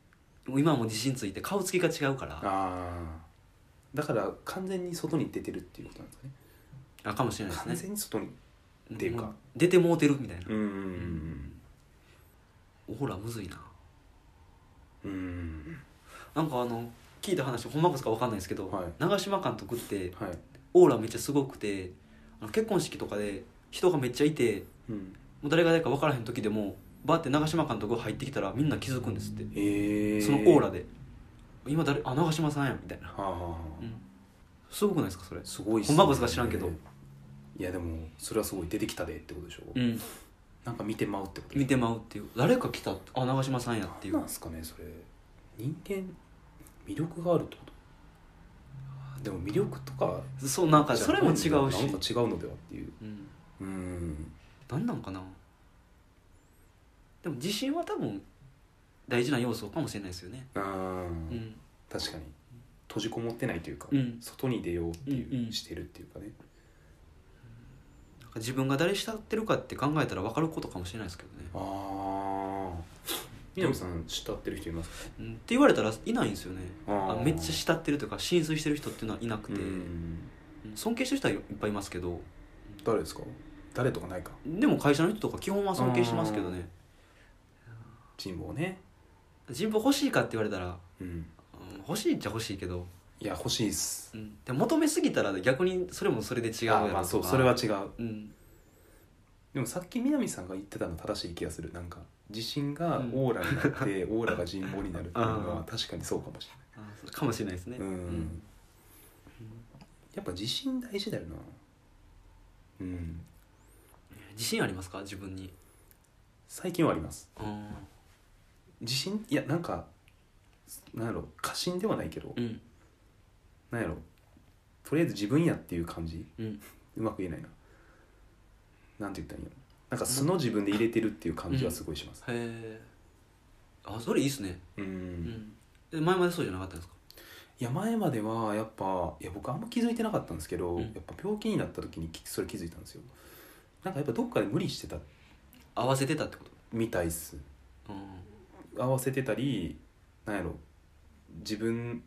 Speaker 1: もう今はもう自信ついて顔つきが違うから
Speaker 2: あーだから完全に外に出てるっていうことなんですかね
Speaker 1: あかもしれない
Speaker 2: 完
Speaker 1: ですね
Speaker 2: 全に外にっていうか
Speaker 1: も出てもうてるみたいな、
Speaker 2: うん
Speaker 1: オーラむずいな
Speaker 2: うんうん
Speaker 1: なんかあの聞いた話ほんまかすか分かんないですけど、
Speaker 2: はい
Speaker 1: 長嶋監督って
Speaker 2: はい、
Speaker 1: オーラめっちゃすごくてあの結婚式とかで人がめっちゃいて
Speaker 2: うん、
Speaker 1: もう誰が誰か分からへん時でもバーって長嶋監督が入ってきたらみんな気づくんですって
Speaker 2: えー、
Speaker 1: そのオーラで「今誰あ長嶋さんや」みたいな、
Speaker 2: はあ、はあ
Speaker 1: うん、すごくないですかそれ
Speaker 2: すごいっ
Speaker 1: ほんまかすか知らんけど
Speaker 2: いやでもそれはすごい出てきたでってことでしょ、
Speaker 1: うん
Speaker 2: なんか見てまうってこと
Speaker 1: 見てまうっていう誰か来たってあ長嶋さんやってい
Speaker 2: な
Speaker 1: うん
Speaker 2: なんすかねそれ人間魅力があるってことでも魅力とか
Speaker 1: そうなんかそれも違うし
Speaker 2: なんか違うのではっていう
Speaker 1: うん、
Speaker 2: うん
Speaker 1: なんなんかなでも自信は多分大事な要素かもしれないですよね
Speaker 2: あー
Speaker 1: うん
Speaker 2: 確かに閉じこもってないというか、
Speaker 1: うん
Speaker 2: 外に出ようっていう、
Speaker 1: うんうん
Speaker 2: してるっていうかね
Speaker 1: なんか自分が誰慕ってるかって考えたら分かることかもしれないですけどね、
Speaker 2: ああ南さん慕ってる人いますか
Speaker 1: うん、って言われたらいないんですよね
Speaker 2: あ
Speaker 1: あめっちゃ慕ってるというか浸水してる人っていうのはいなくて、
Speaker 2: うん
Speaker 1: うん尊敬してる人はいっぱいいますけど
Speaker 2: 誰ですか誰とかないか
Speaker 1: でも会社の人とか基本は尊敬してますけどね
Speaker 2: 人望ね
Speaker 1: 人望欲しいかって言われたら、
Speaker 2: うん
Speaker 1: うん欲しいっちゃ欲しいけど、
Speaker 2: いや欲しいっす
Speaker 1: うん、でも求めすぎたら逆にそれもそれで違うや
Speaker 2: あーまあ
Speaker 1: ろ
Speaker 2: そ
Speaker 1: と
Speaker 2: う
Speaker 1: か
Speaker 2: それは違う
Speaker 1: うん
Speaker 2: でもさっき南さんが言ってたの正しい気がするなんか地震がオーラになって、
Speaker 1: [laughs]
Speaker 2: オーラが人望になるっていうの
Speaker 1: あ
Speaker 2: は確かにそうかもし
Speaker 1: あーそうかもしれないですね
Speaker 2: れない、うん
Speaker 1: うん
Speaker 2: やっぱ地震大事だよなうん
Speaker 1: 自信ありますか自分に
Speaker 2: 最近はあります
Speaker 1: うん
Speaker 2: 地震いやなんかなんやろ過信ではないけど、
Speaker 1: うん
Speaker 2: なんやろとりあえず自分やっていう感じ
Speaker 1: うん
Speaker 2: うまく言えないななんて言ったらいいのなんか素の自分で入れてるっていう感じはすごいします
Speaker 1: へえあそれいいっすね
Speaker 2: うん、
Speaker 1: うんえ前までそうじゃなかったんですか
Speaker 2: いや前まではやっぱいや僕あんま気づいてなかったんですけど、
Speaker 1: うん
Speaker 2: やっぱ病気になった時にきそれ気づいたんですよなんかやっぱどっかで無理してた
Speaker 1: 合わせてたってこ
Speaker 2: みたいっす
Speaker 1: とうん
Speaker 2: 合わせてたりなんやろ自分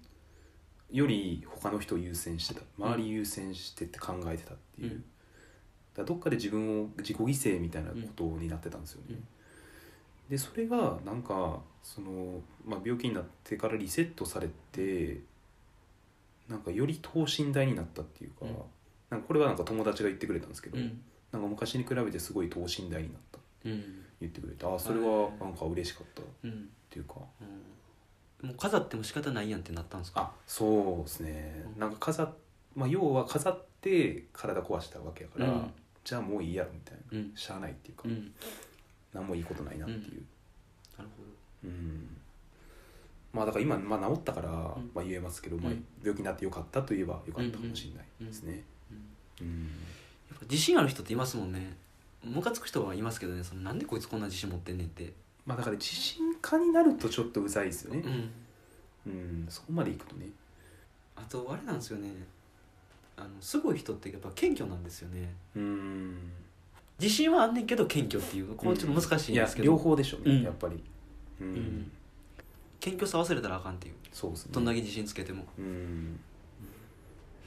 Speaker 2: より他の人を優先してた周り優先してって考えてたっていう、
Speaker 1: うん
Speaker 2: だからどっかで自分を自己犠牲みたいなことになってたんですよね、
Speaker 1: うん
Speaker 2: でそれがなんかその、まあ、病気になってからリセットされてなんかより等身大になったっていうか,、
Speaker 1: うん
Speaker 2: なんかこれはなんか友達が言ってくれたんですけど、
Speaker 1: うん
Speaker 2: なんか昔に比べてすごい等身大になったって
Speaker 1: うん
Speaker 2: 言ってくれてああそれはなんか嬉しかったっ
Speaker 1: うん
Speaker 2: ていうか。
Speaker 1: うんもう飾っても仕方ないやんってなったんですか
Speaker 2: あそうですね、
Speaker 1: うん
Speaker 2: なんか飾っ、まあ、要は飾って体壊したわけやから、
Speaker 1: うん
Speaker 2: じゃあもういいやろみたいな、
Speaker 1: うん
Speaker 2: しゃあないっていうか、
Speaker 1: うん
Speaker 2: 何もいいことないなっていう、
Speaker 1: なるほ
Speaker 2: うんまあだから今、まあ、治ったから、
Speaker 1: ん
Speaker 2: まあ、言えますけど、まあ
Speaker 1: うん、
Speaker 2: 病気になってよかったといえばよかったかもしれないですね、
Speaker 1: ど、うん
Speaker 2: うん
Speaker 1: やっぱ自信ある人っていますもんねムカつく人はいますけどねそのなんでこいつこんな自信持ってんねんって
Speaker 2: まあだから自信家になるとちょっとうざいですよね
Speaker 1: う、ん
Speaker 2: うんそこまでいくとね
Speaker 1: あとあれなんですよねあのすごい人ってやっぱ謙虚なんですよね
Speaker 2: うん
Speaker 1: 自信はあんねんけど謙虚っていうこれちょっと難しいんですけど、
Speaker 2: や両方でしょうね、
Speaker 1: うん
Speaker 2: やっぱりうん、
Speaker 1: うん謙虚さ忘れたらあかんっていう
Speaker 2: そうですね
Speaker 1: どんだけ自信つけても
Speaker 2: うん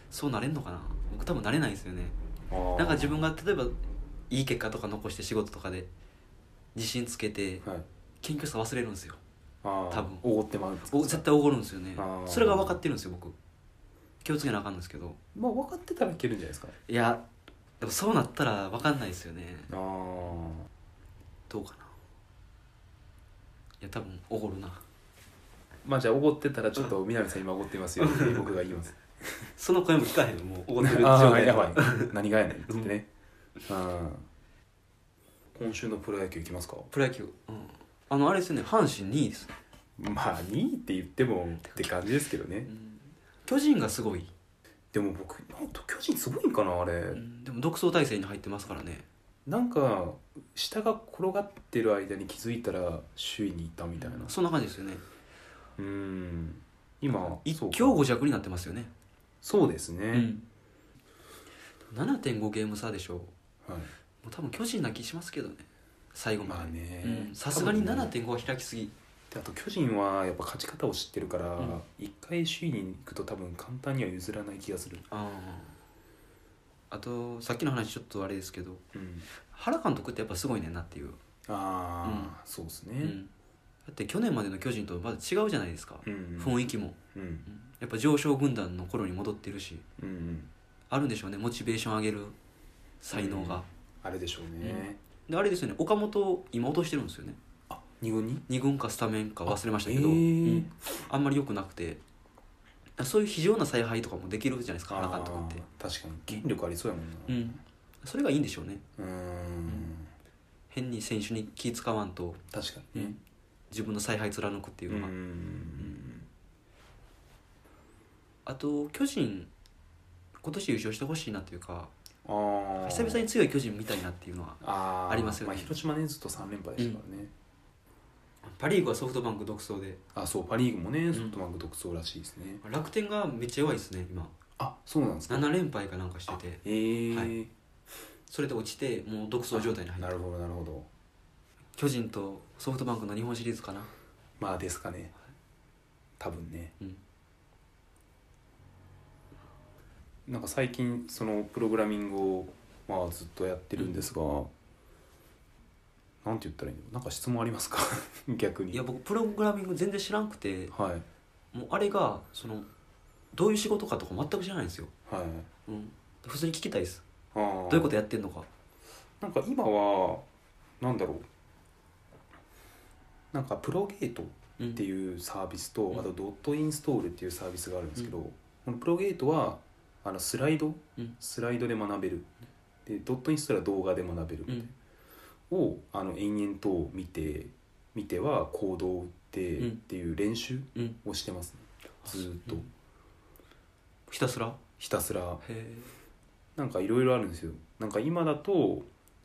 Speaker 1: そうなれんのかな僕多分なれないんですよね
Speaker 2: あー
Speaker 1: なんか自分が例えばいい結果とか残して仕事とかで自信つけて
Speaker 2: はい
Speaker 1: 謙虚さ忘れるんですよ多
Speaker 2: 多
Speaker 1: 分
Speaker 2: おごってまうんですか
Speaker 1: お絶対おごるんですよね
Speaker 2: あー
Speaker 1: それが分かってるんですよ僕気をつけなあかんんですけど
Speaker 2: まあ分かってたらいけるんじゃないですか
Speaker 1: いやでもそうなったら分かんないですよね
Speaker 2: ああ
Speaker 1: どうかないや多分おごるな
Speaker 2: まあじゃあおごってたらちょっと南さん今おごってますよって僕が言います
Speaker 1: その声も聞かへんのもうおごってる
Speaker 2: あ
Speaker 1: 状
Speaker 2: あ
Speaker 1: 態
Speaker 2: やばい何がやねんっつってねあー今週のプロ野球いきますか
Speaker 1: プロ野球、うん、あのあれですよね阪神2位です、
Speaker 2: まあ2位って言ってもって感じですけど
Speaker 1: う
Speaker 2: ね
Speaker 1: ん、巨人がすごい、
Speaker 2: でも僕なんか巨人すごいんかなあれ、
Speaker 1: うん、でも独走体制に入ってますからね
Speaker 2: なんか下が転がってる間に気づいたら首位にいたみたいな
Speaker 1: そんな感じですよね
Speaker 2: うん今
Speaker 1: 一
Speaker 2: そうか
Speaker 1: 強五弱になってますよね、
Speaker 2: そうです
Speaker 1: う
Speaker 2: ね、
Speaker 1: ん、7.5ゲーム差でしょうも
Speaker 2: はい、
Speaker 1: う多分巨人な気しますけどね最後まで
Speaker 2: まあね
Speaker 1: うんさすがに
Speaker 2: 多分ね
Speaker 1: 7.5は開きすぎ
Speaker 2: であと巨人はやっぱ勝ち方を知ってるから
Speaker 1: ん
Speaker 2: 一、回首位に行くと多分簡単には譲らない気がする、
Speaker 1: あああとさっきの話ちょっとあれですけど
Speaker 2: うん、
Speaker 1: 原監督ってやっぱすごいねんなっていう、
Speaker 2: ああ、そうですね
Speaker 1: う、んだって去年までの巨人とまだ違うじゃないですか、
Speaker 2: うんうん
Speaker 1: 雰囲気も、
Speaker 2: うん
Speaker 1: うんやっぱ上昇軍団の頃に戻ってるし
Speaker 2: うんうん
Speaker 1: あるんでしょうねモチベーション上げる才能が、
Speaker 2: あれでしょうね、
Speaker 1: であれですよね岡本を今落としてるんですよね
Speaker 2: あ二軍に
Speaker 1: 2軍かスタメンか忘れましたけど、
Speaker 2: あへー
Speaker 1: うんあんまり良くなくてそういう非常な采配とかもできるじゃないですか原監督って、
Speaker 2: あー確かに権力ありそうやもんな
Speaker 1: うん、それがいいんでしょうね
Speaker 2: うーん
Speaker 1: 変に選手に気使わんと
Speaker 2: 確かにね
Speaker 1: 自分の采配貫くっていうの
Speaker 2: うん
Speaker 1: が、あと巨人今年優勝してほしいなというか
Speaker 2: あー
Speaker 1: 久々に強い巨人みたいなっていうのは
Speaker 2: あー
Speaker 1: ありますよね
Speaker 2: あ、広島ねずっと三連覇でしたからね、
Speaker 1: パ・リーグはソフトバンク独走で
Speaker 2: あそうパ・リーグもねソフトバンク独走らしいですね、
Speaker 1: 楽天がめっちゃ弱いですね今
Speaker 2: あそうなんですか
Speaker 1: 7連敗かなんかしてて
Speaker 2: えー
Speaker 1: はいそれで落ちてもう独走状態に入っ
Speaker 2: な
Speaker 1: た
Speaker 2: るほどなるほど
Speaker 1: 巨人とソフトバンクの日本シリーズかな
Speaker 2: まあですかね多分ね
Speaker 1: うん
Speaker 2: なんか最近そのプログラミングをまあずっとやってるんですが、なんて言ったらいいのなんか質問ありますか [laughs] 逆に
Speaker 1: いや僕プログラミング全然知らんくて
Speaker 2: はいはい
Speaker 1: もうあれがそのどういう仕事かとか全く知らないんですよ、うん、普通に聞きたいです
Speaker 2: あ
Speaker 1: どういうことやってんのか
Speaker 2: なんか今はなんだろうなんかプロゲート
Speaker 1: うん
Speaker 2: っていうサービスと、
Speaker 1: うん
Speaker 2: あとドットインストールっていうサービスがあるんですけど、
Speaker 1: う
Speaker 2: このプロゲートはあのスライド、
Speaker 1: うん
Speaker 2: スライドで学べるでドットインストールは動画で学べる、
Speaker 1: うん
Speaker 2: をあの延々と見て見ては行動を打って
Speaker 1: うん
Speaker 2: っていう練習
Speaker 1: うん
Speaker 2: をしてますね、ずーっと
Speaker 1: うんひたすらへ
Speaker 2: ひたすら
Speaker 1: え
Speaker 2: なんかいろいろあるんですよなんか今だと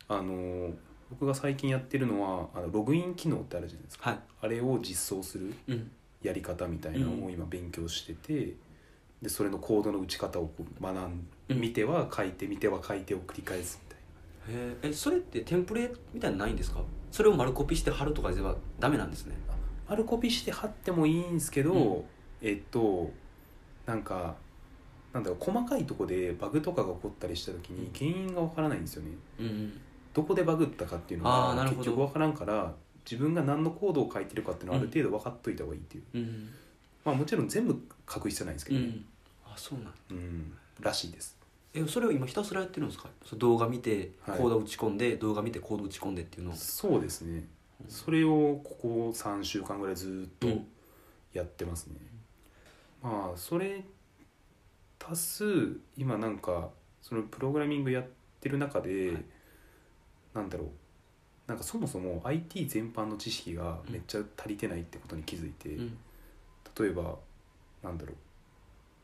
Speaker 2: あの僕が最近やってるのはあのログイン機能ってあるじゃないですか
Speaker 1: はい
Speaker 2: あれを実装する
Speaker 1: うん
Speaker 2: やり方みたいなのを今勉強してて、でそれのコードの打ち方をこう学ん
Speaker 1: うん
Speaker 2: 見ては書いて見ては書いてを繰り返すみたい
Speaker 1: へええそれってテンプレみたいなのないんですかそれを丸コピして貼るとかではダメなんですね
Speaker 2: な丸コピして貼ってもいいんですけど、
Speaker 1: う
Speaker 2: えっとなんかなんだろう細かいとこでバグとかが起こったりした時に原因がわからないんですよね
Speaker 1: うんうん
Speaker 2: どこでバグったかっていうの
Speaker 1: あーな
Speaker 2: が
Speaker 1: るほど
Speaker 2: 結局わからんから自分が何のコードを書いてるかっていうのはある程度分かっといた方がいいっていう、
Speaker 1: うん
Speaker 2: まあもちろん全部書く必要ないんですけ
Speaker 1: う
Speaker 2: どね
Speaker 1: んあそうなん
Speaker 2: うん、らしいです
Speaker 1: えそれを今ひたすらやってるんですかそう動画見て
Speaker 2: はい
Speaker 1: コード打ち込んで、動画見てコード打ち込んでっていうのを
Speaker 2: そうですねそれをここ3週間ぐらいずっ
Speaker 1: う
Speaker 2: と
Speaker 1: ん
Speaker 2: やってますね、まあそれ足す今なんかそのプログラミングやってる中で、
Speaker 1: はい
Speaker 2: なんだろうなんかそもそも IT 全般の知識がめっちゃ足りてないってことに気づいて、
Speaker 1: うん
Speaker 2: 例えばなんだろう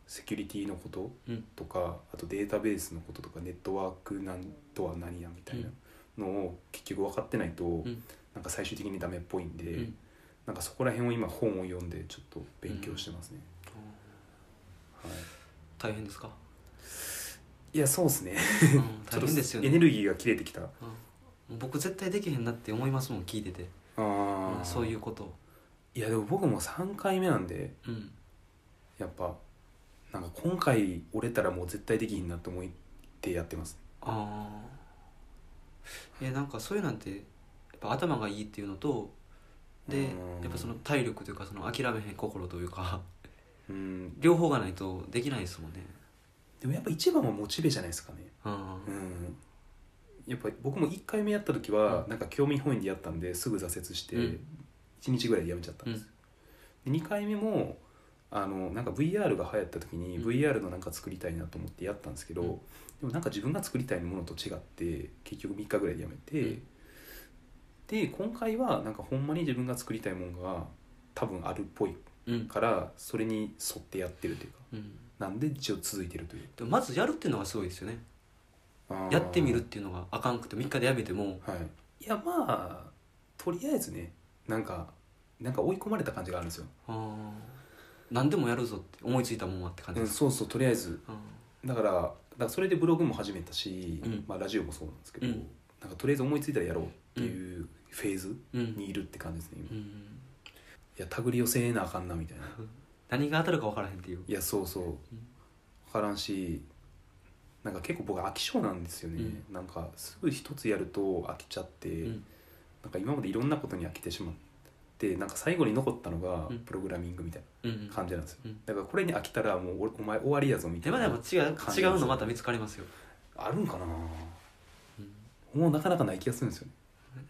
Speaker 2: セキュリティのこと
Speaker 1: うん
Speaker 2: とかあとデータベースのこととかネットワークなんとは何やみたいなのを結局分かってないと、
Speaker 1: ん
Speaker 2: なんか最終的にダメっぽいんで、
Speaker 1: うん
Speaker 2: なんかそこら辺を今本を読んでちょっと勉強してますね、はい、
Speaker 1: 大変
Speaker 2: [laughs]
Speaker 1: ですか、
Speaker 2: いやそうですね
Speaker 1: うん、[laughs] 大
Speaker 2: ちょっと
Speaker 1: 変ですよ
Speaker 2: エネ
Speaker 1: ね
Speaker 2: ルギーが切れてきたあ
Speaker 1: うん僕絶対できへんなって思いますもん聞いてて、
Speaker 2: あ
Speaker 1: う、ん、そういうこと
Speaker 2: いやでも僕も3回目なんで
Speaker 1: うん
Speaker 2: やっぱなんか今回折れたらもう絶対できひんなと思ってやってます
Speaker 1: ああえなんかそういうなんてやっぱ頭がいいっていうのとで
Speaker 2: うん
Speaker 1: やっぱその体力というかその諦めへん心というか [laughs]
Speaker 2: うん
Speaker 1: 両方がないとできないですもんね
Speaker 2: でもやっぱ一番はモチベじゃないですかね
Speaker 1: うん
Speaker 2: うんやっぱ僕も1回目やった時は、
Speaker 1: う
Speaker 2: なんか興味本位でやったんですぐ挫折して、
Speaker 1: うん
Speaker 2: 1日ぐらいでやめちゃったんですよ、で2回目もあのなんか VR が流行った時に
Speaker 1: うん
Speaker 2: VR のなんか作りたいなと思ってやったんですけど、
Speaker 1: うん
Speaker 2: でもなんか自分が作りたいものと違って結局3日ぐらいでやめて、
Speaker 1: うん
Speaker 2: で今回はなんかほんまに自分が作りたいものが多分あるっぽい
Speaker 1: うん
Speaker 2: からそれに沿ってやってるというか
Speaker 1: うん
Speaker 2: なんで一応続いてるという
Speaker 1: でもまずやるっていうのがすごいですよねやってみるっていうのがあかんくて3日でやめても
Speaker 2: はい、いやまあとりあえずねなんかなんか追い込まれた感じがあるんですよ、
Speaker 1: あー何でもやるぞって思いついたもんはって感じ
Speaker 2: うん、
Speaker 1: です
Speaker 2: そうそうとりあえず
Speaker 1: うん
Speaker 2: だからだからそれでブログも始めたし、
Speaker 1: うん
Speaker 2: まあ、ラジオもそうなんですけど、
Speaker 1: うん
Speaker 2: なんかとりあえず思いついたらやろうっていうフェーズ
Speaker 1: うん
Speaker 2: にいるって感じですね、
Speaker 1: う
Speaker 2: い
Speaker 1: ん
Speaker 2: や手繰り寄せなあかんなみたいな
Speaker 1: 何が当たるか分からへんっていう
Speaker 2: いやそうそう分からんしなんか結構僕飽き性なんですよね、
Speaker 1: う
Speaker 2: なんかすぐ一つやると飽きちゃって、
Speaker 1: うん
Speaker 2: なんか今までいろんなことに飽きてしまってなんか最後に残ったのが
Speaker 1: うん
Speaker 2: プログラミングみたい
Speaker 1: うんうん
Speaker 2: な感じなんですよ、
Speaker 1: うん
Speaker 2: だからこれに飽きたらもうおお前終わりやぞみた
Speaker 1: で
Speaker 2: い
Speaker 1: も
Speaker 2: な
Speaker 1: でも違う違うのまた見つかりますよ、
Speaker 2: あるんかな
Speaker 1: うん
Speaker 2: もうなかなかない気がするんですよね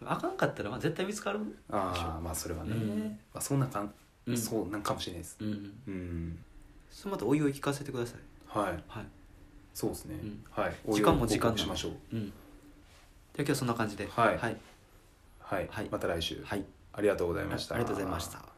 Speaker 1: あかんかったらまあ絶対見つかる
Speaker 2: ああまあそれはね、
Speaker 1: うん
Speaker 2: まあ、そんなかん、
Speaker 1: うん
Speaker 2: そうなんかもしれないです
Speaker 1: うんうん
Speaker 2: うん
Speaker 1: それまたおいおい聞かせてください
Speaker 2: はい
Speaker 1: はい、
Speaker 2: そうですね、
Speaker 1: うん
Speaker 2: はい
Speaker 1: 時間も時間なの
Speaker 2: お祝い報告しましょう
Speaker 1: うん、じゃあ今日はそんな感じで
Speaker 2: はい
Speaker 1: はい
Speaker 2: はい、
Speaker 1: はい
Speaker 2: また来週、
Speaker 1: はい、
Speaker 2: ありがとうござい
Speaker 1: あ
Speaker 2: ま
Speaker 1: り
Speaker 2: した
Speaker 1: がとうございました